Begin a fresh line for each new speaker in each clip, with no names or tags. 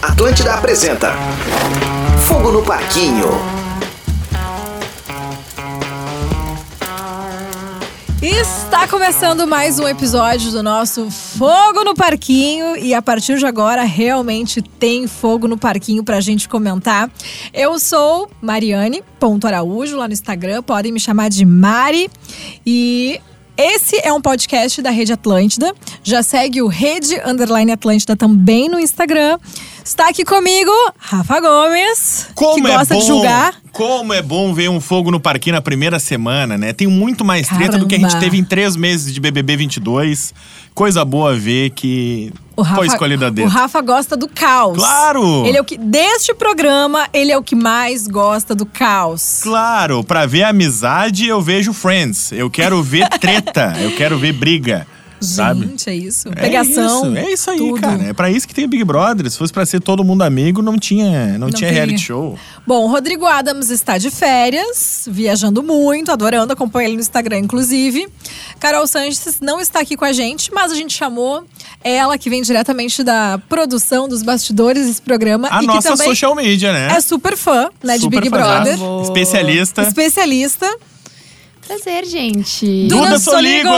Atlântida apresenta Fogo no Parquinho.
Está começando mais um episódio do nosso Fogo no Parquinho e a partir de agora realmente tem fogo no parquinho pra gente comentar. Eu sou Mariane.araújo lá no Instagram, podem me chamar de Mari e esse é um podcast da Rede Atlântida. Já segue o Rede Underline Atlântida também no Instagram. Está aqui comigo, Rafa Gomes, que gosta de julgar.
é Como é bom ver um fogo no parquinho na primeira semana, né? Tem muito mais treta do que a gente
Caramba.
teve em três meses de BBB 22. Coisa boa ver que
O Rafa,
foi escolhida
o
dele.
Rafa gosta do caos.
Claro!
Ele é o que deste programa, ele é o que mais gosta do caos.
Claro, pra ver amizade eu vejo Friends. Eu quero ver treta, eu quero ver briga, sabe?
Gente, é isso.
É
Pegação.
isso, É isso, aí,
tudo.
cara. É pra isso que tem o Big Brother. Se fosse pra ser todo mundo amigo, não tinha, não
Não
tinha
teria.
reality show.
Bom, o Rodrigo Adams está de férias, viajando muito, adorando, acompanha ele no Instagram, inclusive. Carol Sanches não está aqui com a gente, mas a gente chamou ela, que vem diretamente da produção dos bastidores desse programa.
A
Ah, e
nossa
que também
social media, né?
é super fã, né, de
Super
Big
fãzaça.
Brother.
Especialista.
Especialista.
Prazer, gente.
Du- Duda Soligo!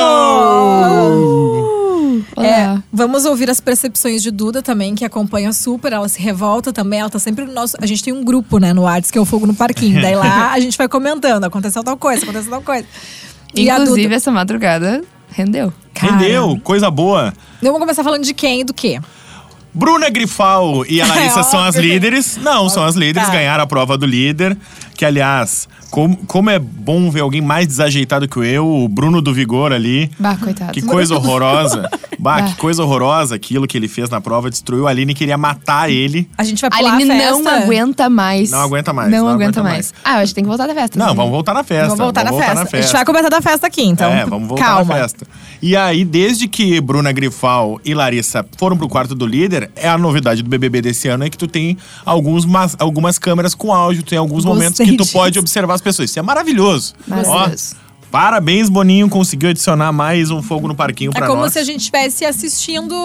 Olá.
É, vamos ouvir as percepções de Duda também, que acompanha super, ela se revolta também, ela tá sempre no nosso. A gente tem um grupo, né, no Arts, que é o Fogo no Parquinho. Daí lá a gente vai comentando, aconteceu tal coisa, aconteceu tal coisa. E a
Inclusive,
Duda.
essa madrugada rendeu.
Cara,
Rendeu, coisa boa.
Vamos começar falando de quem e do quê?
Bruna Grifal e a Larissa
É
são as
óbvio.
líderes. Não, são as líderes,
Tá.
ganharam a prova do líder. Que, aliás, com- como é bom ver alguém mais desajeitado que eu, o Bruno do Vigor ali.
Bah, coitado.
Que coisa horrorosa. Bah,
É.
que
Ah.
coisa horrorosa aquilo que ele fez na prova. Destruiu a Aline, queria matar ele.
A gente vai
A
pular
Aline
a festa.
não aguenta mais.
Não aguenta mais,
Não,
não
aguenta,
aguenta
mais. Ah, eu acho que tem que voltar da festa.
Não,
né?
vamos voltar na festa.
Vamos voltar, na, festa. A gente vai começar da festa aqui, então.
é, vamos voltar
Calma.
na festa. E aí, desde que Bruna Grifal e Larissa foram pro quarto do líder, é a novidade do BBB desse ano é que tu tem alguns mas- algumas câmeras com áudio, tem alguns
Gostei
momentos que tu
disso.
pode observar as pessoas. Isso é maravilhoso.
Maravilhoso.
Ó, parabéns, Boninho, conseguiu adicionar mais um fogo no parquinho
É
pra
como
nós.
se a gente estivesse assistindo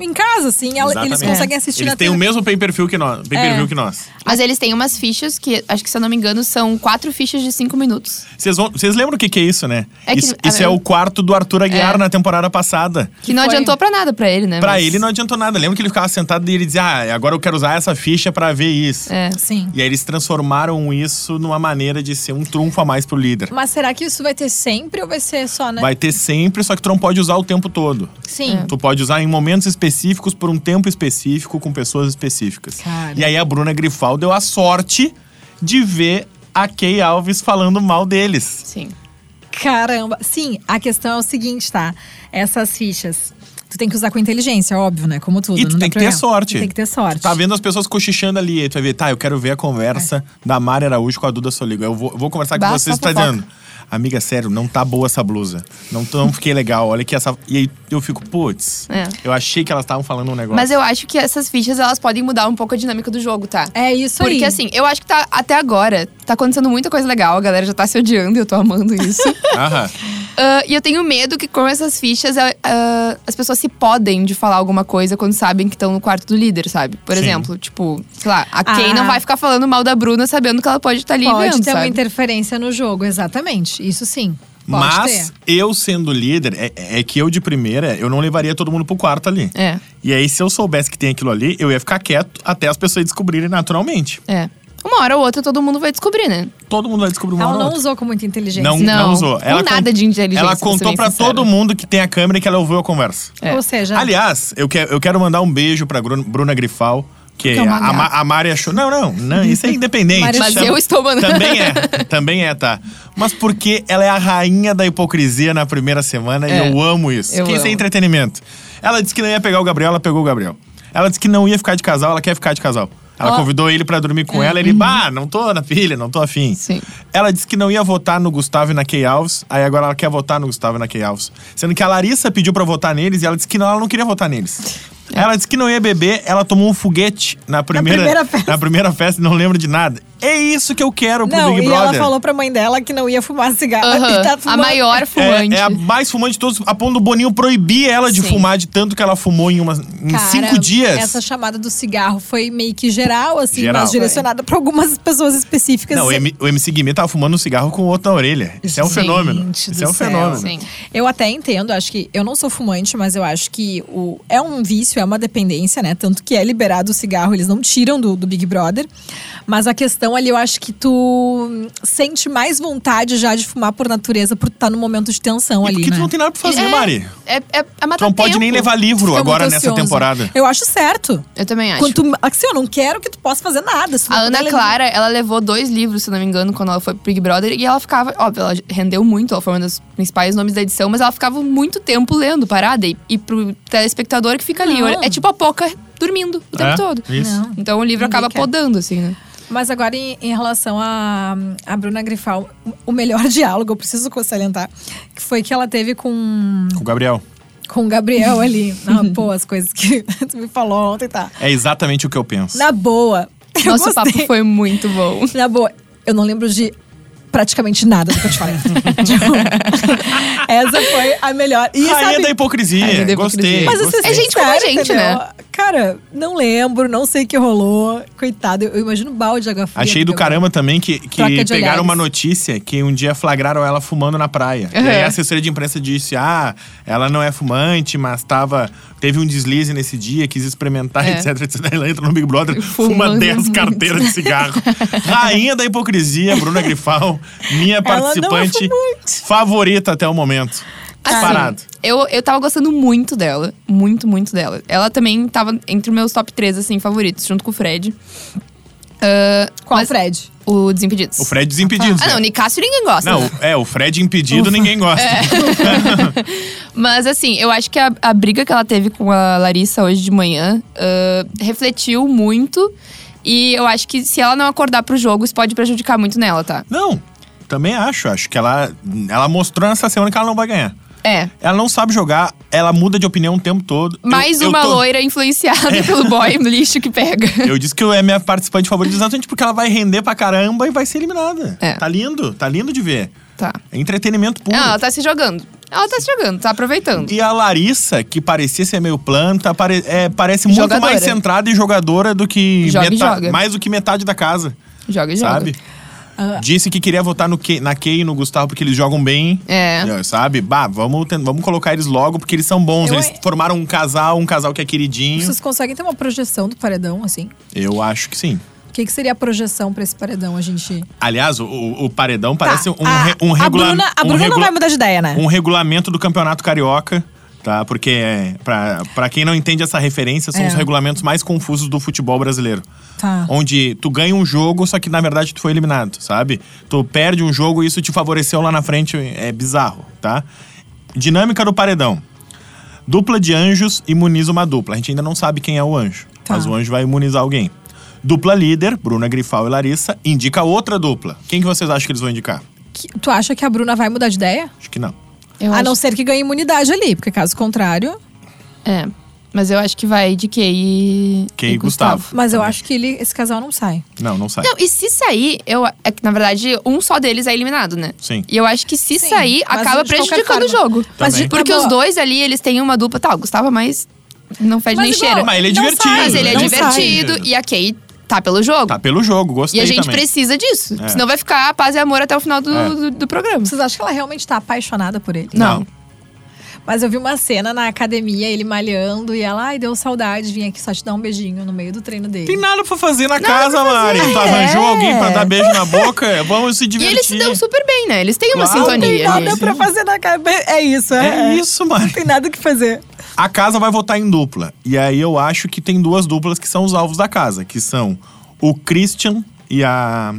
em casa, assim. ela- eles
Exatamente.
conseguem assistir
Eles
na É.
têm um
TV.
o mesmo pay-per-view que nós. Pay-per-view que nós.
Mas eles têm umas fichas que, acho que se eu não me engano, são quatro fichas de cinco minutos.
Vocês vão- vocês lembram o que, que é isso, né?
É que-
isso isso é o quarto do Arthur Aguiar
É.
na temporada passada.
Que, não
foi-
adiantou pra nada pra ele, né?
Pra
Mas-
ele não adiantou nada. Lembra que ele ficava sentado e ele dizia: Ah, agora eu quero usar essa ficha pra ver isso.
É.
Sim.
E aí eles transformaram isso numa maneira de ser um trunfo a mais pro líder.
Mas será que isso vai ter sempre ou vai ser só, né?
Vai ter sempre, só que tu não pode usar o tempo todo.
Sim.
É.
Tu pode usar em momentos específicos, por um tempo específico, com pessoas específicas.
Cara.
E aí a Bruna Grifal deu a sorte de ver a Kay Alves falando mal deles.
Sim.
Caramba. Sim, a questão é o seguinte, tá? Essas fichas. Tu tem que usar com inteligência, óbvio, né? Como tudo.
E tu
não
tem
dá
que ter
problema.
sorte.
Tu tem que ter sorte.
Tá vendo as pessoas cochichando ali, aí tu vai ver, tá, eu quero ver a conversa da Mari Araújo com a Duda Soligo. Eu vou, eu vou conversar com
É. Basta
vocês,
a
tu tá
fofoca.
dizendo. Amiga, sério, não tá boa essa blusa. Não, tô- não fiquei legal, olha que essa… E aí eu fico, putz,
É.
eu achei que elas estavam falando um negócio.
Mas eu acho que essas fichas, elas podem mudar um pouco a dinâmica do jogo, tá?
É isso aí.
Porque assim, eu acho que tá até agora, tá acontecendo muita coisa legal, a galera já tá se odiando e eu tô amando isso.
Aham.
Ah, e eu tenho medo que com essas fichas ah, ah, as pessoas se podem de falar alguma coisa quando sabem que estão no quarto do líder, sabe? Por
Sim.
exemplo, tipo, sei lá, a Kay
Ah.
não vai ficar falando mal da Bruna sabendo que ela pode estar ali
Pode
vendo,
ter um uma
sabe?
interferência no jogo, exatamente. Isso sim. Pode
Mas
ter.
eu sendo líder, é, é que eu de primeira, eu não levaria todo mundo pro quarto ali.
É,
E aí, se eu soubesse que tem aquilo ali, eu ia ficar quieto até as pessoas descobrirem naturalmente.
é. Uma hora ou outra todo mundo vai descobrir, né?
Todo mundo vai descobrir uma
Ela
hora ou
não
outra.
usou com muita inteligência.
Não, não,
Não,
usou.
com nada de inteligência,
Ela
pra ser
contou
bem
pra
sincera.
todo mundo que tem a câmera e que ela ouviu a conversa.
É.
Ou seja,
Aliás, eu, que- eu quero mandar um beijo pra Gru- Bruna Grifal. Que
Que é uma
a, Ma-
gata.
a Mari achou. Não, não, não, isso é independente.
Mari
Mas
achou.
eu estou mandando.
Também é, também é, tá. Mas porque ela é a rainha da hipocrisia na primeira semana
É.
e eu amo isso.
Eu
que isso é
amo.
entretenimento. Ela disse que não ia pegar o Gabriel, ela pegou o Gabriel. Ela disse que não ia ficar de casal, ela quer ficar de casal. Ela
Ó. Uhum.
convidou ele pra dormir com ela, ele, bah, não tô na pilha, não tô afim.
Sim.
Ela disse que não ia votar no Gustavo e na Key Alves, aí agora ela quer votar no Gustavo e na Key Alves. Sendo que a Larissa pediu pra votar neles e ela disse que não, ela não queria votar neles. Ela disse que não ia beber, ela tomou um foguete na primeira,
É. primeira festa.
na primeira festa e não lembra de nada. É isso que eu quero pro
Não,
Big
e
Brother.
ela falou pra mãe dela que não ia fumar cigarro.
Aham,
E tá
a
fumando.
maior fumante.
É, é a mais fumante de todos, a ponto do Boninho proibir ela de
Sim.
fumar de tanto que ela fumou em, uma, em
Cara,
cinco dias.
Essa chamada do cigarro foi meio que geral, assim,
Geral. é.
mas direcionada pra algumas pessoas específicas.
Não, o, M, o MC Guimê tava fumando um cigarro com o outro na orelha. Isso é um
Gente
fenômeno.
do
Isso é um
céu.
fenômeno.
Sim.
Eu até entendo, acho que eu não sou fumante, mas eu acho que o, é um vício, é uma dependência, né? Tanto que é liberado o cigarro, eles não tiram do, do Big Brother. Mas a questão ali, eu acho que tu hum, sente mais vontade já de fumar por natureza, por tu tá num momento de tensão
E
ali.
porque
né?
tu não tem nada pra fazer, Mari.
É, é, é matar
Tu não pode nem
tempo.
levar livro
Fica
agora
muito
nessa
ansioso.
temporada.
Eu acho certo.
Eu também acho.
Quando tu, assim, eu não quero que tu possa fazer nada. se tu
A
não puder
Ana
levar-
Clara, ela levou dois livros, se não me engano, quando ela foi pro Big Brother. E ela ficava, óbvio, ela rendeu muito, ela foi uma das principais nomes da edição, mas ela ficava muito tempo lendo, parada. E, e pro telespectador que fica ali,
Não.
olha, é tipo a Poca dormindo o tempo
É,
todo.
Isso.
Não.
Então o livro
Ninguém
acaba
quer.
podando, assim, né?
Mas agora, em, em relação a, a Bruna Grifal, o melhor diálogo, eu preciso salientar, que foi que ela teve com,
Com o Gabriel.
com o Gabriel ali. Na boa, as coisas que tu me falou ontem, tá?
É exatamente o que eu penso.
Na boa. Eu
Nosso
gostei. Tá.
papo foi muito bom.
Na boa, eu não lembro de praticamente nada do que eu te falei. Tipo, essa foi a melhor. E,
Rainha
sabe,
da hipocrisia.
Rainha da hipocrisia.
Gostei.
Mas
gostei.
assim,
É gente como a
sincera,
gente,
entendeu?
né?
Cara, não lembro, não sei o que rolou. Coitado, eu, eu imagino um balde de água fria.
Achei do
entendeu?
caramba também que, que
Troca de olhares.
pegaram uma notícia que um dia flagraram ela fumando na praia. E aí
Uhum.
a assessoria de imprensa disse: Ah, ela não é fumante, mas tava. Teve um deslize nesse dia, quis experimentar,
É.
etc, etc. Ela entra no Big Brother, fuma
Fumando
10
muito.
carteiras de cigarro. Rainha da hipocrisia, Bruna Grifal, minha
não é
participante favorita até o momento.
Assim,
Disparado.
Eu, eu tava gostando muito dela. Muito, muito dela. Ela também tava entre os meus top 3, assim, favoritos, junto com o Fred. Ah,
Qual,
mas-
Fred?
O Desimpedidos.
O Fred desimpedido.
Ah,
né?
não, o Nicásio ninguém gosta. É.
Não,
né?
é, o Fred impedido ninguém gosta.
Mas assim, eu acho que a, a briga que ela teve com a Larissa hoje de manhã ah, refletiu muito. E eu acho que se ela não acordar pro jogo, isso pode prejudicar muito nela, tá?
Não, também acho. Acho que ela, ela mostrou nessa semana que ela não vai ganhar.
É.
Ela não sabe jogar, ela muda de opinião o tempo todo. Eu-
Mais
eu
uma
tô- É.
loira influenciada pelo boy um lixo que pega.
Eu disse que eu é minha participante favorita exatamente porque ela vai render pra caramba e vai ser eliminada.
É.
Tá lindo, tá lindo de ver.
Tá.
É entretenimento puro.
Não, ela tá se jogando. Ela tá se jogando, tá aproveitando.
E a Larissa, que parecia ser meio planta, pare- é, parece muito
Jogadora.
mais centrada e jogadora do que
Joga e
meta-
joga.
mais do que metade da casa,
Joga e joga.
sabe?
Ah.
Disse que queria votar no Ke- na Kay e no Gustavo porque eles jogam bem.
É.
Não, Sabe? Bah, vamos, ten- vamos colocar eles logo, porque eles são bons.
Eu-
eles formaram um casal, um casal que é queridinho.
Vocês conseguem ter uma projeção do paredão, assim?
Eu acho que sim.
O que, que seria a projeção pra esse paredão, a gente.
Aliás, o, o- o paredão parece
Tá,
um, re- um
a
regula-
Bruna, a
um
Bruna não
regula-
vai mudar de ideia, né?
um regulamento do Campeonato Carioca. Tá, porque é, pra pra quem não entende essa referência, são
É.
os regulamentos mais confusos do futebol brasileiro.
Tá.
Onde tu ganha um jogo, só que na verdade tu foi eliminado, sabe? Tu perde um jogo e isso te favoreceu lá na frente, é bizarro, tá? Dinâmica do paredão. Dupla de anjos imuniza uma dupla. A gente ainda não sabe quem é o anjo,
Tá.
mas o anjo vai imunizar alguém. Dupla líder, Bruna Grifal e Larissa, indica outra dupla. Quem que vocês acham que eles vão indicar?
Que- tu acha que a Bruna vai mudar de ideia?
Acho que não.
Eu
a
acho-
não ser que ganhe imunidade ali, porque caso contrário.
É. Mas eu acho que vai de Kay e.
Kay e Gustavo.
Mas eu acho que ele, esse casal não sai.
Não, não sai.
Não, e se sair, eu, é que, na verdade, um só deles é eliminado, né?
Sim.
E eu acho que se
Sim,
sair,
mas
acaba
de qualquer
prejudicando o
forma.
jogo.
Mas de-
Porque
tá bom.
os dois ali, eles têm uma dupla. Tá, o Gustavo é mais. Não fede nem cheira.
Mas ele é
não
divertido,
sai,
Mas ele é
não sai.
divertido e a Kay tá pelo jogo.
Tá pelo jogo, gostei
e a gente
também.
precisa disso.
É.
Senão vai ficar paz e amor até o final do,
É.
do, do programa.
Vocês acham que ela realmente tá apaixonada por ele?
Não.
Mas eu vi uma cena na academia, ele malhando, e ela, ai, deu saudade, vim aqui só te dar um beijinho no meio do treino dele.
Tem nada pra fazer na casa, Mari. Tu arranjou
É.
alguém pra dar beijo na boca? Vamos se
E
divertir.
eles se dão super bem, né? Eles têm uma
Claro.
Não tem
sintonia.
nada
ali.
pra fazer na cabeça. É isso,
É
é.
isso,
Não
Mari.
tem nada o que fazer.
A casa vai votar em dupla. E aí eu acho que tem duas duplas que são os alvos da casa, que são o Christian e a.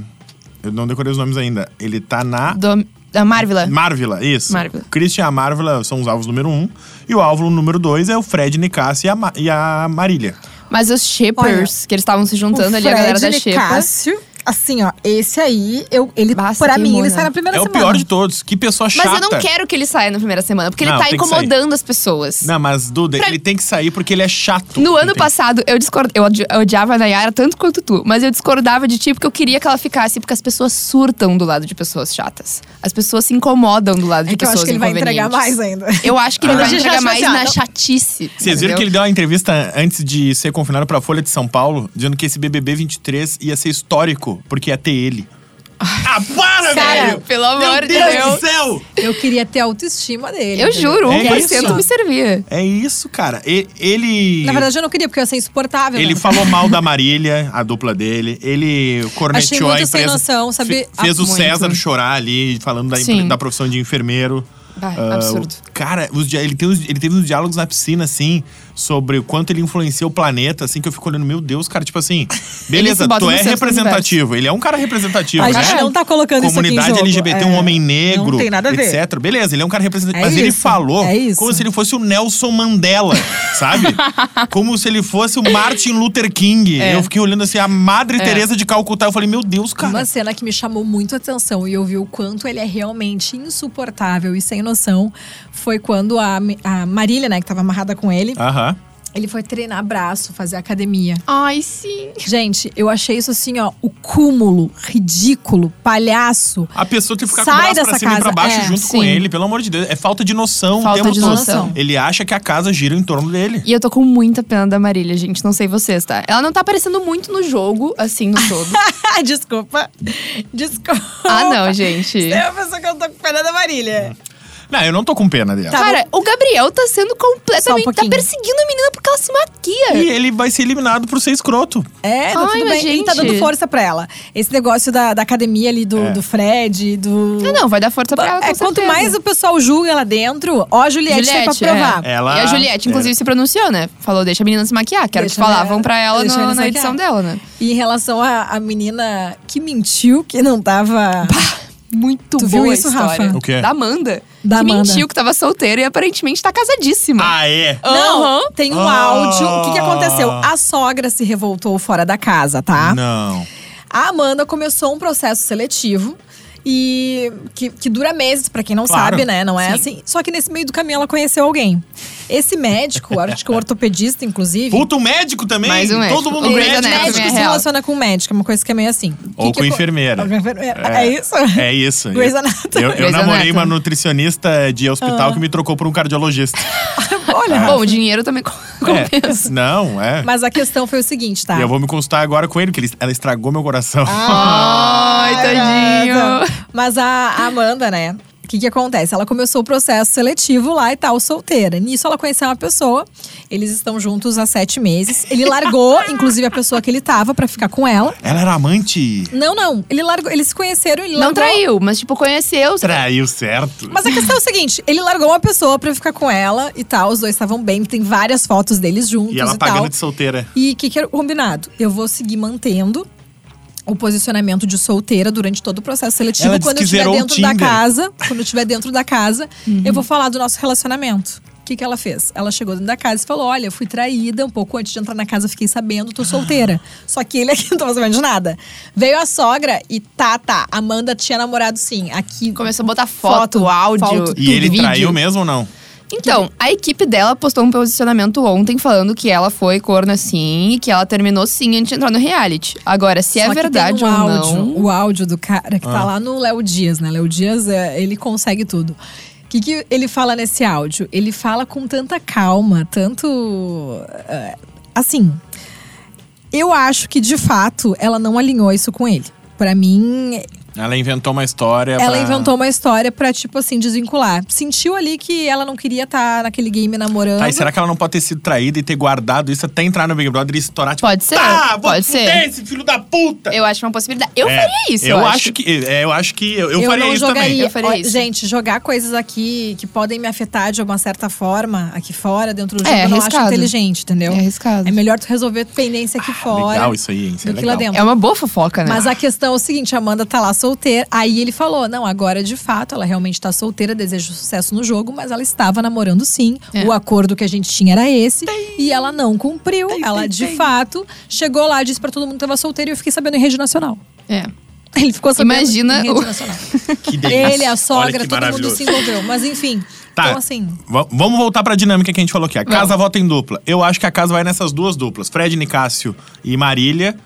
Eu não decorei os nomes ainda. Ele tá na.
Do- da Marvila.
Marvila, isso.
Marvila.
O Christian e a Marvila são os alvos número um. E o alvo número dois é o Fred Nicasso e a, Ma- e a Marília.
Mas os Shippers, que eles estavam se juntando ali, a galera da Shepa.
é Cássio. Assim, ó, esse aí, eu, ele,
Basta,
pra
que
mim, ele
horror,
sai
né?
na primeira
é o
semana.
pior de todos. Que pessoa
Mas
chata.
eu não quero que ele saia na primeira semana, porque
Não,
ele tá
tem que sair.
incomodando as pessoas.
Não, mas Duda,
Pra-
ele tem que sair porque ele é chato.
No ano
Entende?
passado, eu discord... eu odi- eu odiava a Nayara tanto quanto tu, mas eu discordava de ti porque eu queria que ela ficasse, porque as pessoas surtam do lado de pessoas chatas. As pessoas se incomodam do lado
É
de
que eu
pessoas
acho que ele vai
inconvenientes.
entregar mais ainda.
Eu acho que ele
Ah.
vai
Mas a gente
entregar
acha
mais
assim, ah,
na
não-
chatice.
Vocês viram
entendeu?
que ele deu uma entrevista antes de ser confinado pra Folha de São Paulo, dizendo que esse BBB 23 ia ser histórico, porque ia ter ele. Ah, para,
Cara,
velho!
pelo amor
Meu
de
Deus
Deus.
do céu!
Eu queria ter a autoestima dele.
Eu
entendeu?
juro,
É
1%
isso.
me servia.
É isso, cara. E- ele.
Na verdade, eu não queria, porque eu ia ser insuportável.
Ele
né?
falou mal da Marília, a dupla dele. Ele
Achei
corneteou
muito
a
sem
empresa.
noção, sabe?
Fe- Fez
Ah,
o
muito.
César chorar ali, falando da, empre-
Sim.
da profissão de enfermeiro.
Vai,
Ah,
absurdo.
o- cara, os dia- ele, tem uns- ele teve uns diálogos na piscina, assim, sobre o quanto ele influencia o planeta, assim, que eu fico olhando, meu Deus, cara, tipo assim, beleza,
bota
tu
no
é
centro do
representativo. Ele é um cara representativo,
A
né?
gente não tá colocando isso aqui em
Comunidade
jogo.
LGBT, um
É,
homem negro,
não tem nada a ver.
etc. Beleza, ele é um cara representativo.
É
mas ele
isso,
falou
é isso.
como se ele fosse o Nelson Mandela, sabe? como se ele fosse o Martin Luther King.
É.
Eu fiquei olhando assim, a Madre Teresa de Calcutá. Eu falei, meu Deus, cara.
Uma cena que me chamou muito a atenção e eu vi o quanto ele é realmente insuportável e sem noção foi quando a, a Marília, né, que tava amarrada com ele,
Aham.
ele foi treinar braço, fazer academia.
Ai, sim.
Gente, eu achei isso assim, ó, o cúmulo, ridículo, palhaço.
A pessoa tem que ficar
Sai
com o braço pra
dessa
cima e pra
casa.
baixo
É,
junto com
sim.
ele, pelo amor de Deus. É falta de noção
Falta
o tempo
de
todo.
noção.
Ele acha que a casa gira em torno dele.
E eu tô com muita pena da Marília, gente. Não sei vocês, tá? Ela não tá aparecendo muito no jogo, assim, no todo.
Desculpa. Desculpa.
ah, não, gente.
É a pessoa que eu tô com pena da Marília.
Não, eu não tô com pena dela.
Tá.
Cara, o Gabriel tá
Só
sendo
um
completamente. tá
pouquinho.
perseguindo a menina porque ela se maquia.
E ele vai ser eliminado por ser escroto.
É, tá
Ai,
tudo
mas
bem. Ele tá
gente.
dando força pra ela. Esse negócio da, da academia ali, do,
É.
do Fred, do.
Ah, não, vai dar força pra ela.
é,
com
quanto
certeza.
mais o pessoal julga lá dentro, ó, a Juliette, tem pra
Juliette,
provar.
é. Ela-
E a Juliette, inclusive, se pronunciou, né? Falou, deixa a menina se maquiar. Quero
Deixa
que falavam
ela-
pra ela
deixa
no-
ela se
na edição
maquiar.
dela, né?
E em relação à à menina que mentiu, que não tava.
Muito
Tu viu
boa
isso,
a história.
Rafa?
O quê?
Da Amanda.
Da
que
Amanda.
mentiu que tava solteira e aparentemente tá casadíssima.
Ah, é?
Não,
Aham.
tem um
Ah.
áudio. O que, que aconteceu? A sogra se revoltou fora da casa,
Ah.
tá?
Não.
A Amanda começou um processo seletivo. E que, que dura meses, pra quem não
Claro.
sabe, né? Não é assim. Só que nesse meio do caminho ela conheceu alguém. Esse médico, acho que é um ortopedista, inclusive.
Puta, um médico também?
Mais um médico.
Todo mundo
O
Ele
Grey's
médico.
Anatomy.
médico
é
se
real.
relaciona com médico, é uma coisa que é meio assim.
Ou
Que
com
que-
enfermeira.
Ou com enfermeira. É, isso?
É isso.
Grey's Anatomy.
Eu, eu
Grey's
namorei
Anatomy.
uma nutricionista de
Ah.
hospital que me trocou por um cardiologista.
Olha,
Bom, o dinheiro também co-
Ah. É.
compensa.
Não, é.
Mas a questão foi o seguinte, tá? Ah.
E eu vou me consultar agora com ele, porque ele- ela estragou meu coração.
Ai, tadinho.
Mas a a Amanda, né? O que, que acontece? Ela começou o processo seletivo lá e tal, solteira. Nisso, ela conheceu uma pessoa. Eles estão juntos há sete meses. Ele largou, inclusive, a pessoa que ele tava pra ficar com ela.
Ela era amante.
Não, não. Ele largou. Eles se conheceram e
Não
largou.
traiu, mas tipo, conheceu.
Traiu certo.
Mas a questão é o seguinte: ele largou uma pessoa pra ficar com ela e tal. Os dois estavam bem, tem várias fotos deles juntos
E
e,
ela
tal.
pagando de solteira.
E o que, que era o combinado? Eu vou seguir mantendo o posicionamento de solteira durante todo o processo seletivo.
Ela disse
quando eu
que
estiver
zerou o
dentro da
Tinder.
casa, quando eu estiver dentro da casa, eu vou falar do nosso relacionamento. O que, que ela fez? Ela chegou dentro da casa e falou: Olha, eu fui traída um pouco antes de entrar na casa, fiquei sabendo, tô solteira.
Ah.
Só que ele aqui não tava sabendo de nada. Veio a sogra e tá, tá. Amanda tinha namorado sim. Aqui.
Começou a botar foto,
Foto,
áudio.
foto,
E ele
vídeo.
traiu mesmo ou não?
Então, a equipe dela postou um posicionamento ontem falando que ela foi corna sim e que ela terminou sim antes de entrar no reality. Agora, se
Só
é
que tem
verdade
um
ou
áudio,
não.
O áudio do cara que
Ah.
tá lá no Léo Dias, né? Léo Dias, é, ele consegue tudo. O que, que ele fala nesse áudio? Ele fala com tanta calma, tanto. é, assim. Eu acho que, de fato, ela não alinhou isso com ele. Pra mim,
Ela inventou uma história.
ela
É pra-
inventou uma história pra, tipo assim, desvincular. Sentiu ali que ela não queria estar naquele game namorando.
Tá, e será que ela não pode ter sido traída e ter guardado isso até entrar no Big Brother e estourar? Tipo,
Pode ser,
Tá, vou
pode
te
ser.
fuder, esse filho da puta!
Eu acho uma possibilidade. Eu
É,
faria isso.
Eu, acho que. é, Eu acho que. Eu, eu faria
não
isso
jogaria.
também.
Eu faria
Ó,
isso.
Gente, jogar coisas aqui que podem me afetar de uma certa forma aqui fora, dentro do jogo,
É,
eu não
arriscado.
acho inteligente, entendeu?
É arriscado.
É melhor tu resolver pendência aqui fora.
Ah, legal isso aí, hein? Isso é
do que lá
legal.
dentro.
É uma boa fofoca, né?
Mas a questão é o seguinte, a Amanda tá lá solteira. Aí ele falou: não, agora de fato ela realmente tá solteira, deseja sucesso no jogo, mas ela estava namorando sim.
É.
O acordo que a gente tinha era esse. E ela não cumpriu. ela, de fato, chegou lá, disse pra todo mundo que tava solteira e eu fiquei sabendo em rede nacional.
É.
Ele ficou sabendo.
Imagina
em rede
o-
nacional.
Que delícia.
Ele, a
Olha
sogra,
que
todo mundo
maravilhoso.
se envolveu. Mas enfim.
Tá.
Então, assim.
Va- vamos voltar pra dinâmica que a gente falou aqui. A casa
Vamos.
vota em dupla. Eu acho que a casa vai nessas duas duplas: Fred, Nicásio e Marília,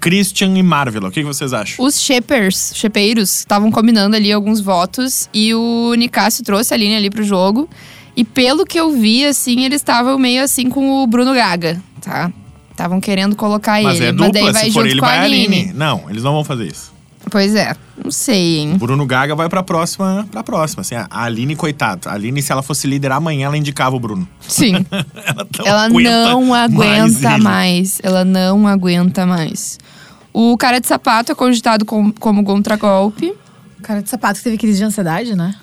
Christian e Marvel. O que, que vocês acham?
Os shippers, shepeiros, estavam combinando ali alguns votos e o Nicásio trouxe a linha ali pro jogo. E pelo que eu vi, assim, eles estavam meio assim com o Bruno Gaga, tá? Estavam querendo colocar
Mas
ele.
é
mas daí
dupla,
vai
se for
junto
ele,
com
vai
a Aline.
Não, eles não vão fazer isso.
Pois é, não sei, hein?
Bruno Gaga vai pra próxima, pra próxima. Assim, a a Aline, coitada. A Aline, se ela fosse líder amanhã, ela indicava o Bruno.
Sim.
Ela não
Ela não aguenta mais,
ele.
Ela não aguenta mais. O cara de sapato é cogitado com- como contragolpe.
Cara de sapato que teve crise de ansiedade, né?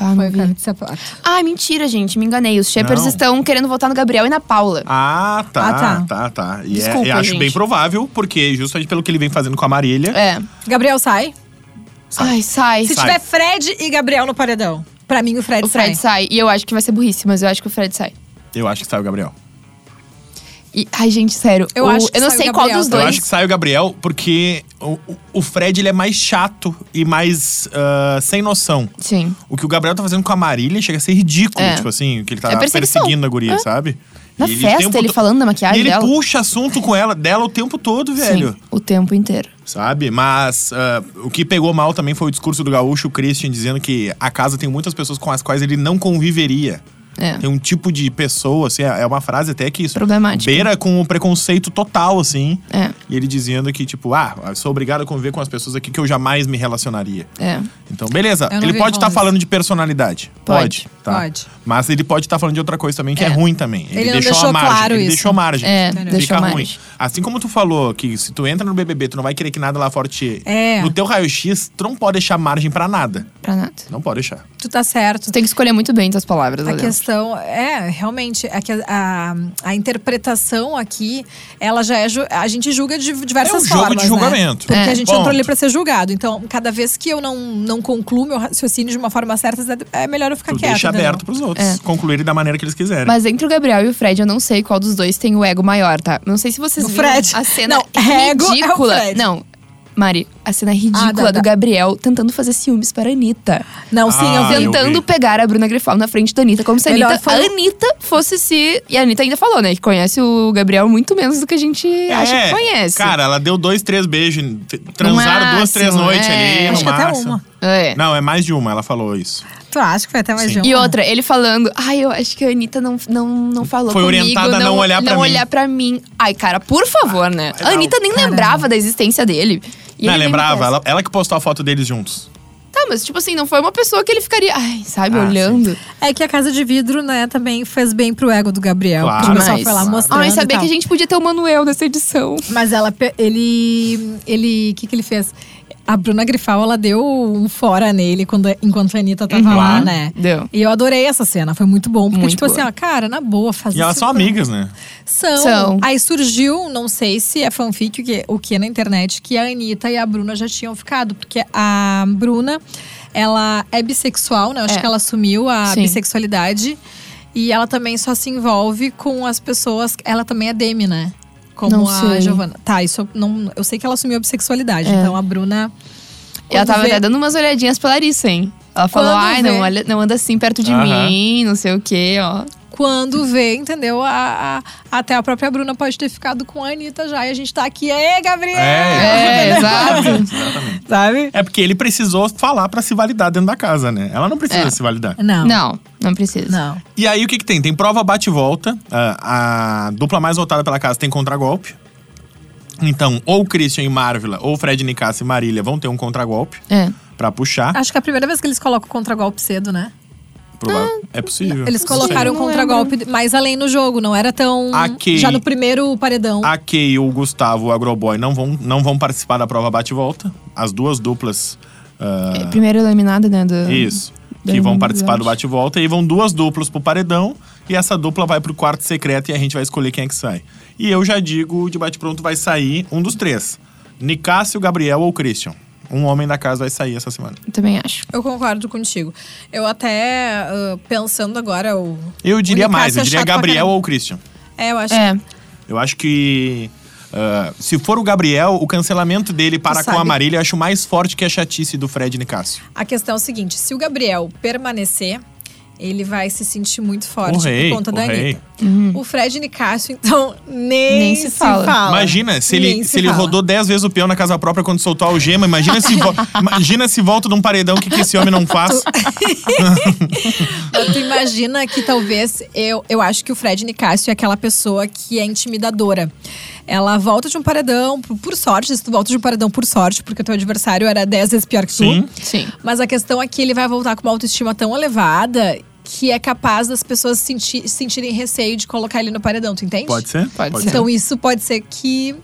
Ah, não
Foi o
vi.
cara de sapato.
Ah, mentira, gente. Me enganei. Os Shepherds
Não.
estão querendo votar no Gabriel e na Paula.
Ah, tá,
Ah, tá.
tá, tá, E é-
Desculpa,
eu acho
gente.
bem provável, porque justamente pelo que ele vem fazendo com a Marília.
É.
Gabriel sai.
Sai.
Ai, sai.
Se
Sai.
tiver Fred e Gabriel no paredão, pra mim o Fred,
O Fred
sai.
sai. E eu acho que vai ser burrice, mas eu acho que o Fred sai.
Eu acho que sai o Gabriel.
E- ai, gente, sério.
Eu
o-
acho que
eu não
sai o
sei qual
Gabriel,
dos
tá?
Eu
dois.
acho que sai o Gabriel porque o, o- o Fred ele é mais chato e mais ah, sem noção.
Sim.
O que o Gabriel tá fazendo com a Marília chega a ser ridículo,
É.
tipo assim, o que ele tá
É perseguição.
perseguindo a guria,
É.
sabe?
Na
E
festa,
tem um
ele
puto-
falando da maquiagem
E ele
dela.
puxa assunto com ela, dela o tempo todo, velho.
Sim, o tempo inteiro.
Sabe? Mas ah, o que pegou mal também foi o discurso do gaúcho Christian dizendo que a casa tem muitas pessoas com as quais ele não conviveria.
É.
Tem um tipo de pessoa, assim, é uma frase até que isso.
Problemática.
Beira com o preconceito total, assim.
É.
E ele dizendo que, tipo, ah, eu sou obrigado a conviver com as pessoas aqui que eu jamais me relacionaria.
É.
Então, beleza.
Eu não
Ele
vi
pode estar
rolando
falando de personalidade.
Pode.
tá?
Pode.
Mas ele pode estar falando de outra coisa também que é,
É.
ruim também. Ele,
Ele não
deixou,
deixou
a margem.
claro
ele
isso.
deixou a margem.
É,
Fica
deixou a
ruim.
margem.
Assim como tu falou que se tu entra no BBB, tu não vai querer que nada lá fora te...
É.
No teu raio-x, tu não pode deixar margem pra nada.
Pra nada.
Não pode deixar.
Tu tá certo.
Tu tem que escolher muito bem tuas palavras,
A
Adel.
questão é, realmente, é que a, a, a interpretação aqui, ela já é. ju- A gente julga de diversas
É um jogo
formas.
de
né?
julgamento.
Porque
É.
a gente
Ponto.
entrou ali pra ser julgado. Então, cada vez que eu não, não concluo meu raciocínio de uma forma certa, é melhor eu ficar
Tu
quieta.
deixa
entendeu?
aberto pros outros. Concluírem da maneira que eles quiserem.
Mas entre o Gabriel e o Fred, eu não sei qual dos dois tem o ego maior, tá? Não sei se vocês
O
viram
Fred.
a cena
Não, ego é o
ridícula.
Fred.
Não, Mari, a cena ridícula
Ah, dá, dá.
do Gabriel tentando fazer ciúmes para a Anitta.
Não, sim,
Ah,
eu vi.
eu-
tentando
vi.
pegar a Bruna Grifal na frente da Anitta, como se a
Melhor
Anitta,
foi-
a Anitta fosse se. E a Anitta ainda falou, né? Que conhece o Gabriel muito menos do que a gente acha que conhece.
É, Cara, ela deu dois, três beijos. t- Transaram duas,
máximo,
três noites
é.
ali.
Acho
no
que até
máximo.
uma.
É.
Não, é mais de uma, ela falou isso.
Tu acha que vai até mais de
Sim.
um?
E outra, ele falando, ai, eu acho que a Anitta não, não, não falou
Foi
comigo.
orientada a não olhar pra
não
mim."
olhar pra mim. Ai, cara, por favor, né?
vai
A
dar
Anitta
um-
nem lembrava da existência dele. E
não,
ele vem me
lembrava?
conversa.
Ela, ela que postou a foto deles juntos.
Tá, mas tipo assim, não foi uma pessoa que ele ficaria, ai, sabe,
Ah,
olhando.
É que a Casa de Vidro, né, também fez bem pro ego do Gabriel.
Claro.
porque o pessoal
Demais.
foi lá
Claro.
mostrando
Ai,
e
saber
tal.
que a gente podia ter o Manuel nessa edição.
Mas ela, pe- ele, ele, o que que ele fez? A Bruna Grifal, ela deu um fora nele quando, enquanto a Anitta
Uhum.
tava lá, né?
Deu.
E eu adorei essa cena, foi muito bom. Porque,
Muito
tipo assim,
boa.
ó, cara, na boa, fazer
E elas
isso
são
pra-
amigas, né?
São.
São.
Aí surgiu, não sei se é fanfic o que, o que é na internet, que a Anitta e a Bruna já tinham ficado. Porque a Bruna, ela é bissexual, né? Eu Acho
É.
que ela assumiu a
Sim.
bissexualidade. E ela também só se envolve com as pessoas. Ela também é demi, né? Como
Não
a
sei. É.
Giovana. Tá, isso eu não. Eu sei que ela assumiu a bissexualidade. Então a Bruna.
ela
quando
tava
vê-
até dando umas olhadinhas pra Larissa, hein? Ela falou,
Quando
ai,
vê-
não, olha, não anda assim perto de
Aham.
mim, não sei o quê, ó.
Quando vê, entendeu? A- a- até a própria Bruna pode ter ficado com a Anitta já. E a gente tá aqui. Ê, Gabriel!
É, exato.
Exatamente.
Sabe?
É porque ele precisou falar pra se validar dentro da casa, né? Ela não precisa
É.
se validar.
Não.
Não, não precisa.
Não.
E aí, o que que tem? Tem prova bate-volta. Ah, A, a dupla mais votada pela casa tem contragolpe. Então, ou Christian e Marvila, ou Fred Nicasso e Marília vão ter um contragolpe
É.
pra puxar.
Acho que é a primeira vez que eles colocam contragolpe cedo, né?
Prova- é possível.
Ah, Eles
Não
colocaram
Sim.
o contragolpe mais além no jogo, não era tão.
Aqui.
Já no primeiro paredão.
A Kay, o Gustavo, o Agroboy não vão, não vão participar da prova bate-volta. As duas duplas. ah,
É, Primeiro eliminado, né? Do...
isso.
da
Que vão
eliminada.
participar do bate-volta. E vão duas duplas pro paredão. E essa dupla vai pro quarto secreto e a gente vai escolher quem é que sai. E eu já digo, de bate-pronto vai sair um dos três: Nicásio, Gabriel ou Christian. Um homem da casa vai sair essa semana.
Eu também acho.
Eu concordo contigo. Eu até, ah, pensando agora, o.
Eu
o
diria
Nicásio
mais, eu
é
diria
chato pra
Gabriel
caramba.
ou Christian.
É, eu acho.
É.
Eu acho que. Ah, se for o Gabriel, o cancelamento dele para com
sabe.
a Marília eu acho mais forte que a chatice do Fred Nicásio.
A questão é o seguinte: se o Gabriel permanecer, ele vai se sentir muito forte
O rei,
por conta da
o rei.
Anitta. O Fred Nicásio, então, Uhum. nem,
Nem se fala.
Imagina se
Nem
ele, se ele
fala.
rodou 10 vezes o peão na casa própria quando soltou a algema. Imagina se, vo- imagina se volta de um paredão, o que, que esse homem não faz?
Mas Tu imagina que talvez eu, eu acho que o Fred Nicásio é aquela pessoa que é intimidadora. Ela volta de um paredão, por, por sorte, se tu volta de um paredão por sorte, porque o teu adversário era 10 vezes pior que tu.
Sim.
Sim.
Mas a questão é que ele vai voltar com uma autoestima tão elevada que é capaz das pessoas senti- sentirem receio de colocar ele no paredão, tu entende?
Pode ser?
Pode ser.
Então isso pode ser que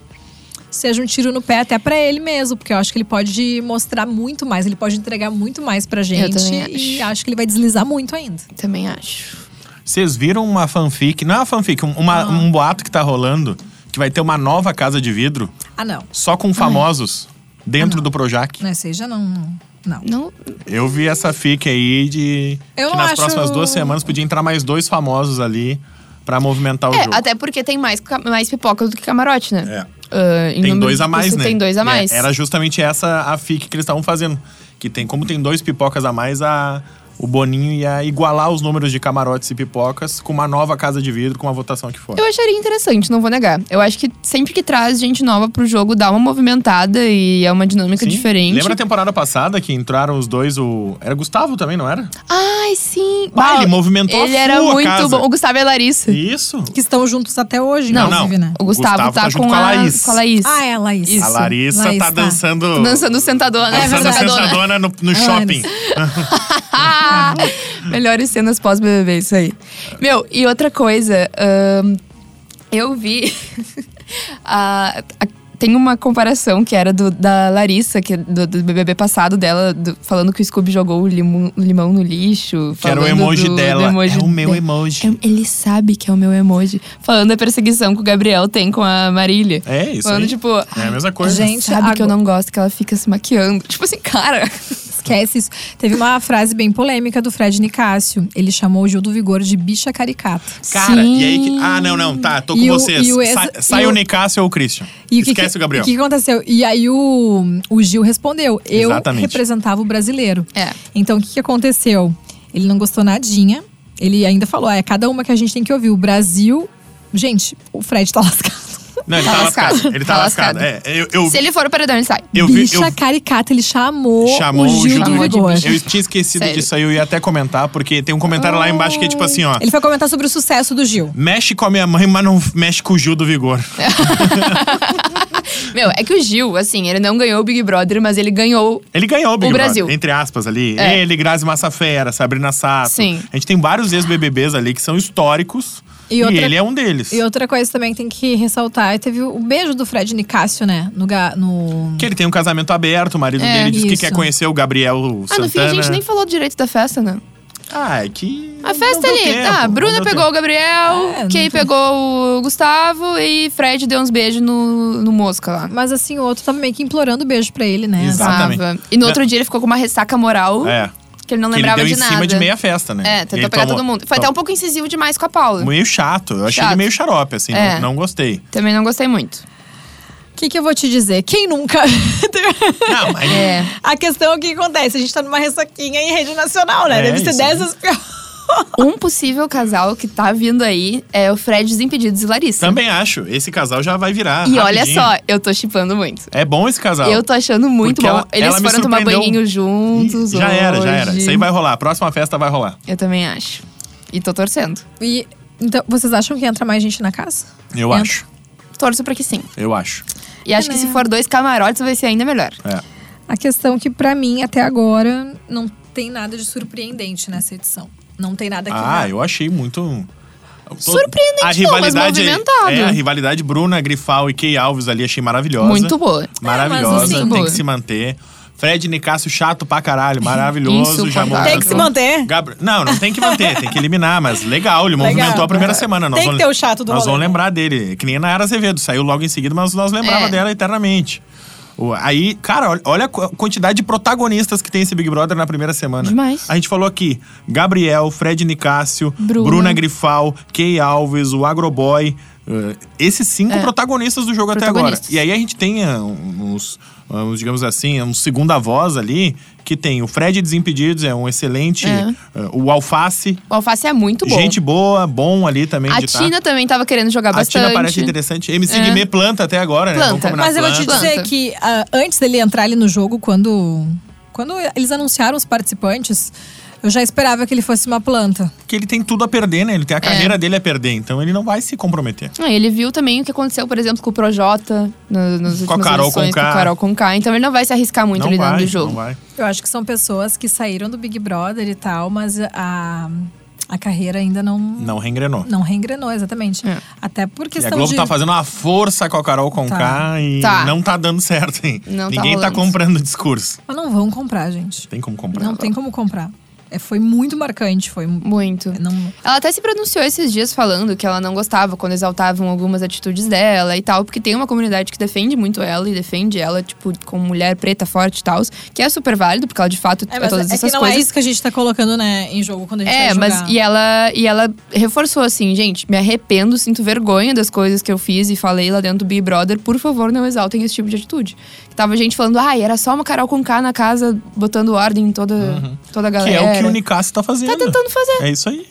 seja um tiro no pé até pra ele mesmo, porque eu acho que ele pode mostrar muito mais, ele pode entregar muito mais pra gente
também acho.
e acho que ele vai deslizar muito ainda.
Também acho.
Vocês viram uma fanfic? Não é uma fanfic, um- uma- um boato que tá rolando que vai ter uma nova casa de vidro
Ah, não.
só com famosos dentro do Projac.
Não, esse aí já não. Não. não.
Não,
Eu vi essa fic aí de
Eu
que
não
nas
acho-
próximas duas semanas podia entrar mais dois famosos ali pra movimentar o
É,
jogo.
até porque tem mais, ca- mais pipoca do que camarote, né?
É.
Ah, em
Tem
número
dois
de
a mais,
custo,
né?
Tem dois a
É,
mais.
Era justamente essa a fic que eles estavam fazendo. Que tem, como tem dois pipocas a mais, a, o Boninho ia igualar os números de camarotes e pipocas com uma nova casa de vidro, com a votação que for.
Eu acharia interessante, não vou negar. Eu acho que sempre que traz gente nova pro jogo, dá uma movimentada e é uma dinâmica
Sim.
diferente.
Lembra a temporada passada que entraram os dois, o. Era Gustavo também, não era?
Ai, sim.
Bah,
Bah,
Ah, ele movimentou a
Ele era
sua
muito
casa.
bom. O Gustavo e a Larissa.
Isso.
Que estão juntos até hoje,
Não,
inclusive,
não.
né?
O Gustavo,
Gustavo
tá,
tá junto
com,
com a
a,
Laís.
com a Laís.
Ah, é, Laís.
A Larissa
Laís
tá dançando. tá
Dançando sentadona.
É
Dançando
verdade.
sentadona no, no shopping.
Ah, Melhores cenas pós-BBB, isso aí. Meu, e outra coisa, ahn, eu vi. a- a- tem uma comparação que era do- da Larissa, que é do, do BBB passado dela, do- falando que o Scooby jogou o limo- limão no lixo.
Que era o
falando
emoji
do- do
dela.
emoji
é o meu
dela.
emoji.
É- Ele sabe que é o meu emoji. Falando da perseguição que o Gabriel tem com a Marília.
É isso
Falando,
aí.
tipo.
É a mesma coisa.
Gente,
sabe que eu
agora-
não gosto que ela fica se maquiando. Tipo assim, cara.
Esquece isso. Teve uma frase bem polêmica do Fred Nicásio. Ele chamou o Gil do Vigor de bicha caricata.
Cara, e aí que.
Sim.
Ah, não, não, tá, tô com
E o-
vocês.
e o ex-
Sai, sai
e
o
o-
Nicásio ou o Christian.
E que
Esquece
que-
o Gabriel.
O que que aconteceu? E aí o, o Gil respondeu: Eu
Exatamente.
representava o brasileiro.
É.
Então o que, que aconteceu? Ele não gostou nadinha. Ele ainda falou: ah, é cada uma que a gente tem que ouvir. O Brasil. Gente, o Fred tá lascado.
Não, ele tá,
Tá
lascado.
lascado.
Ele tá,
Tá
lascado.
lascado.
É, eu, eu,
Se ele for o paredão, ele sai.
eu vi.
Bicha
Eu,
caricata, ele chamou,
chamou
o Gil do
do
Vigor.
Vigor.
Eu tinha esquecido
Sério.
disso aí, eu ia até comentar, porque tem um comentário lá embaixo que é tipo assim, ó.
Ele foi comentar sobre o sucesso do Gil.
Mexe com a minha mãe, mas não mexe com o Gil do Vigor.
Meu, é que o Gil, assim, ele não ganhou o Big Brother, mas ele ganhou.
Ele ganhou o Big
O
Brother,
Brasil.
entre aspas ali.
É.
Ele, Grazi Massafera, Sabrina Sato.
Sim.
A gente tem vários ex-BBBs ali que são históricos.
E
E,
outra-
ele é um deles.
E outra coisa também que tem que ressaltar: teve o beijo do Fred Nicásio, né? No. ga- no...
Que ele tem um casamento aberto, o marido
É,
dele diz que
isso.
quer conhecer o Gabriel
Ah,
Santana.
no fim a gente nem falou direito da festa, né?
Ah, é que.
A festa ali. tá, Bruna pegou o Gabriel,
É,
Kay
não
pegou o Gustavo e Fred deu uns beijos no, no mosca lá.
Mas assim, o outro tava meio que implorando beijo pra ele, né?
Exato. Exatamente.
Tava. E no outro dia ele ficou com uma ressaca moral
É.
que ele não
que ele
lembrava
deu
de
em
nada.
cima de meia festa, né?
É, tentou
Ele
pegar
tomou-
todo mundo. Foi até um pouco incisivo demais com a Paula.
Meio chato. Eu achei
Chato.
ele meio xarope, assim.
É.
Não, não gostei.
Também não gostei muito.
O que, que eu vou te dizer? Quem nunca?
Não, mas.
É.
a questão é o que acontece. A gente tá numa ressaquinha em rede nacional, né?
É
Deve ser
isso,
10
né?
das piores.
Um possível casal que tá vindo aí é o Fred Desimpedidos e Larissa.
Também acho. Esse casal já vai virar.
E olha
rapidinho.
só, eu tô chipando muito.
É bom esse casal.
Eu tô achando muito
Porque
bom.
ela-
Eles
ela me
foram tomar
surpreendeu.
banhinho juntos.
Já era, já era.
hoje.
Isso aí vai rolar. A próxima festa vai rolar.
Eu também acho. E tô torcendo.
E, então, vocês acham que entra mais gente na casa?
Eu
Entra.
acho.
Torço pra que sim.
Eu acho.
E acho que se for dois camarotes vai ser ainda melhor.
É.
A questão é que, pra mim, até agora, não tem nada de surpreendente nessa edição. Não tem nada que.
Ah, eu achei muito.
Surpreendente
a
não, mas
rivalidade,
movimentado.
É, a rivalidade Bruna Grifal e Key Alves ali achei maravilhosa.
Muito boa.
mas
Maravilhosa,
assim,
tem
boa.
que se manter. Fred Nicásio chato pra caralho, maravilhoso. já
Insuportável.
movimentou.
Tem que se manter.
Gabri- Não, não tem que manter, tem que eliminar, mas legal, ele movimentou a primeira semana. Nós
Tem que
vamos-
ter o chato do
Nós
rolê,
vamos
né?
lembrar dele, que nem na Era Azevedo, saiu logo em seguida, mas nós lembrava
É.
dela eternamente. O- Aí, cara, olha- olha a qu- quantidade de protagonistas que tem esse Big Brother na primeira semana.
Demais.
A gente falou aqui: Gabriel, Fred Nicásio,
Bruna.
Bruna, Grifal, Key Alves, o Agroboy. Uh, esses
É.
cinco protagonistas do jogo até agora.
Protagonistas.
E aí a gente tem uh, uns, uns, digamos assim, um segunda voz ali, que tem o Fred Desimpedidos, é um excelente.
É.
uh, o Alface,
O Alface é muito bom.
gente boa, bom ali também
a
de tá.
Tina também tava querendo jogar
A
bastante. É.
Tina parece interessante. MC Guimê planta até agora, né?
Planta.
Vamos combinar,
Mas eu vou te
planta.
dizer
Planta.
que ah, antes dele entrar ali no jogo, quando, quando eles anunciaram os participantes, eu já esperava que ele fosse uma planta.
Porque ele tem tudo a perder, né? Ele
É.
tem a carreira dele a perder, então ele não vai se comprometer.
Ah, ele viu também o que aconteceu, por exemplo, com o Projota no, nas últimas
Carol
eleições,
Conká.
com o Carol Conká. Então ele não vai se arriscar muito
não
ali dentro
vai,
do jogo.
não vai.
Eu acho que são pessoas que saíram do Big Brother e tal, mas a, a carreira ainda não,
Não reengrenou.
não reengrenou, exatamente.
É.
Até por
E a
questão
Globo
de...
tá fazendo uma força com a Carol Conká
Tá.
e
Tá.
não tá dando certo, hein?
Não tá
Ninguém tá,
rolando.
comprando discurso.
Mas não vão comprar, gente.
Tem como comprar.
Não tem como comprar. É, foi muito marcante, foi...
Muito.
Não,
Ela até se pronunciou esses dias falando que ela não gostava quando exaltavam algumas atitudes dela e tal, porque tem uma comunidade que defende muito ela e defende ela, tipo, como mulher preta forte e tal, que é super válido, porque ela de fato é,
É, mas
todas
é que
essas
não é
coisas.
isso que a gente tá colocando né, em jogo quando a gente
É,
vai
mas
jogar.
e ela, e ela reforçou assim, gente, me arrependo, sinto vergonha das coisas que eu fiz e falei lá dentro do Big Brother, por favor, não exaltem esse tipo de atitude. Tava gente falando, ai, era só uma Carol com K na casa, botando ordem em toda, toda a
Que
galera.
é o que o Nicasso tá fazendo.
Tá tentando fazer.
É isso aí.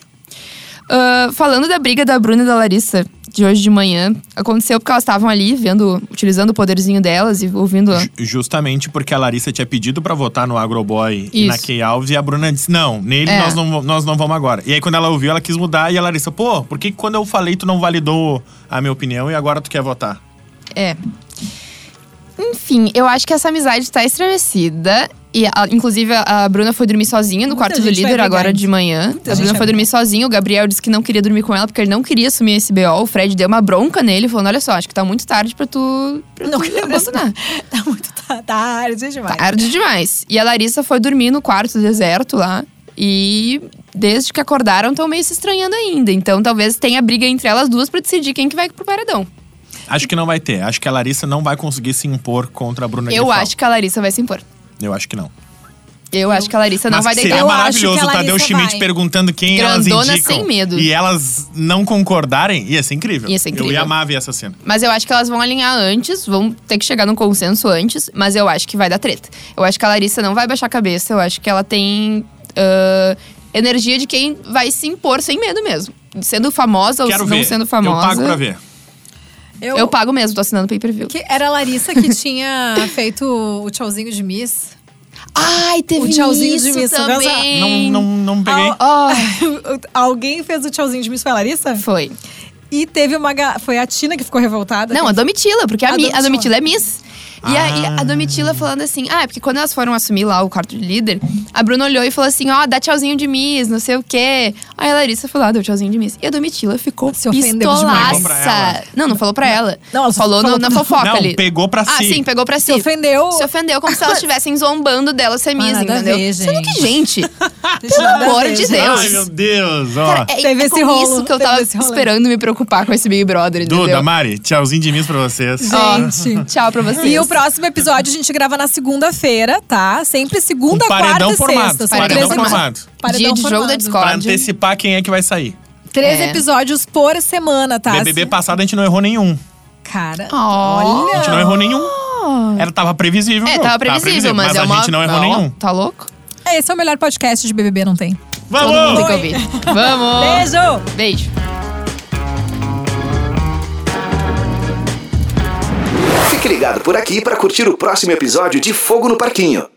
Ah, falando da briga da Bruna e da Larissa de hoje de manhã, aconteceu porque elas estavam ali vendo, utilizando o poderzinho delas e ouvindo.
Ju- Justamente porque a Larissa tinha pedido pra votar no Agroboy e
Isso.
na Key Alves e a Bruna disse: Não, nele
É.
nós, não, vo- nós não vamos agora. E aí, quando ela ouviu, ela quis mudar e a Larissa, pô, por que que quando eu falei tu não validou a minha opinião e agora tu quer votar?
É. Enfim, eu acho que essa amizade tá estremecida. E, a- inclusive, a a Bruna foi dormir sozinha no
Muita
quarto do
gente vai
líder
brigar,
agora de
hein?
manhã. a
gente
Bruna
vai
foi dormir sozinha, o Gabriel disse que não queria dormir com ela porque ele não queria assumir esse BO. O Fred deu uma bronca nele, falando: Olha só, acho que tá muito tarde pra tu. Pra
Não,
tu
quero
abandonar.
Tá muito ta- tarde demais.
Tarde demais. E a Larissa foi dormir no quarto deserto lá. E desde que acordaram, estão meio se estranhando ainda. Então talvez tenha briga entre elas duas pra decidir quem que vai pro paredão.
Acho que não vai ter. Acho que a Larissa não vai conseguir se impor contra a Bruna
eu
Grifal.
acho que a Larissa vai se impor.
Eu acho que não.
Eu acho que a Larissa não
Mas
vai
que
deitar.
seria
Eu acho
maravilhoso
que a
o Tadeu
Larissa
Schmidt
vai.
perguntando quem elas
Grandona
indicam.
sem medo.
E elas não concordarem, ia ser incrível.
Ia ser incrível.
Eu ia amar ver essa cena.
Mas eu acho que elas vão alinhar antes, vão ter que chegar num consenso antes, mas eu acho que vai dar treta. Eu acho que a Larissa não vai baixar a cabeça, eu acho que ela tem ah, energia de quem vai se impor sem medo mesmo. Sendo famosa
Quero
ou
ver.
não sendo famosa.
Eu pago pra ver.
Eu,
eu
pago mesmo, tô assinando pay per view.
que era a Larissa que tinha feito o tchauzinho de Miss.
Ai, teve
O tchauzinho de missa,
também.
Não, não, não peguei.
Ai,
Alguém fez o tchauzinho de Miss foi a Larissa?
foi.
E teve uma. ga- Foi a Tina que ficou revoltada.
Não, a Domitila, porque a,
A
mi- a
Domitila.
Domitila é Miss. E aí,
Ah.
a Domitila falando assim, ah, é porque quando elas foram assumir lá o quarto de líder, a Bruna olhou e falou assim, ó, dá tchauzinho de Miss, não sei o quê. Aí a Larissa foi lá, deu tchauzinho de Miss. E a Domitila ficou
Se ofendeu demais.
pistolaça.
Pegou pra ela.
Não, não falou pra ela.
Não, ela só
falou,
falou
no- na
pra-
fofoca
Não,
ali.
pegou pra
Ah,
si.
sim, pegou pra si.
Se ofendeu. Ah,
Se ofendeu como se elas estivessem zombando dela ser Miss,
nada a
entendeu?
ver,
Sendo que,
gente.
gente,
Gente,
pelo
nada a
amor
ver,
de
gente.
Deus.
Ai, meu Deus, ó.
Cara, é,
Teve
é
esse
com
rolo,
isso que eu
teve
tava
esse rolê.
esperando me preocupar com esse Big Brother, entendeu?
Duda, Mari, tchauzinho de mim pra vocês.
Ó,
Gente.
Tchau pra vocês.
E o próximo episódio a gente grava na segunda-feira, tá? Sempre segunda,
Um
quarta
paredão
e
formado,
sexta. São
paredão
três episódios.
formado.
Paredão
Dia de jogo
formado.
da
Pra
Discord.
antecipar quem é que vai sair.
Três
É.
episódios por semana, tá?
BBB passado a gente não errou nenhum.
Cara,
Ó.
A gente não
olha.
errou nenhum. Era, tava Tá previsível.
É,
pô.
tava previsível, mas, é
a
uma.
gente não errou nenhum.
Tá louco?
Esse é o melhor podcast de BBB, não tem?
Todo mundo tem
Vamos!
que ouvir. Vamos!
Beijo!
Beijo.
Fique ligado por aqui para curtir o próximo episódio de Fogo no Parquinho.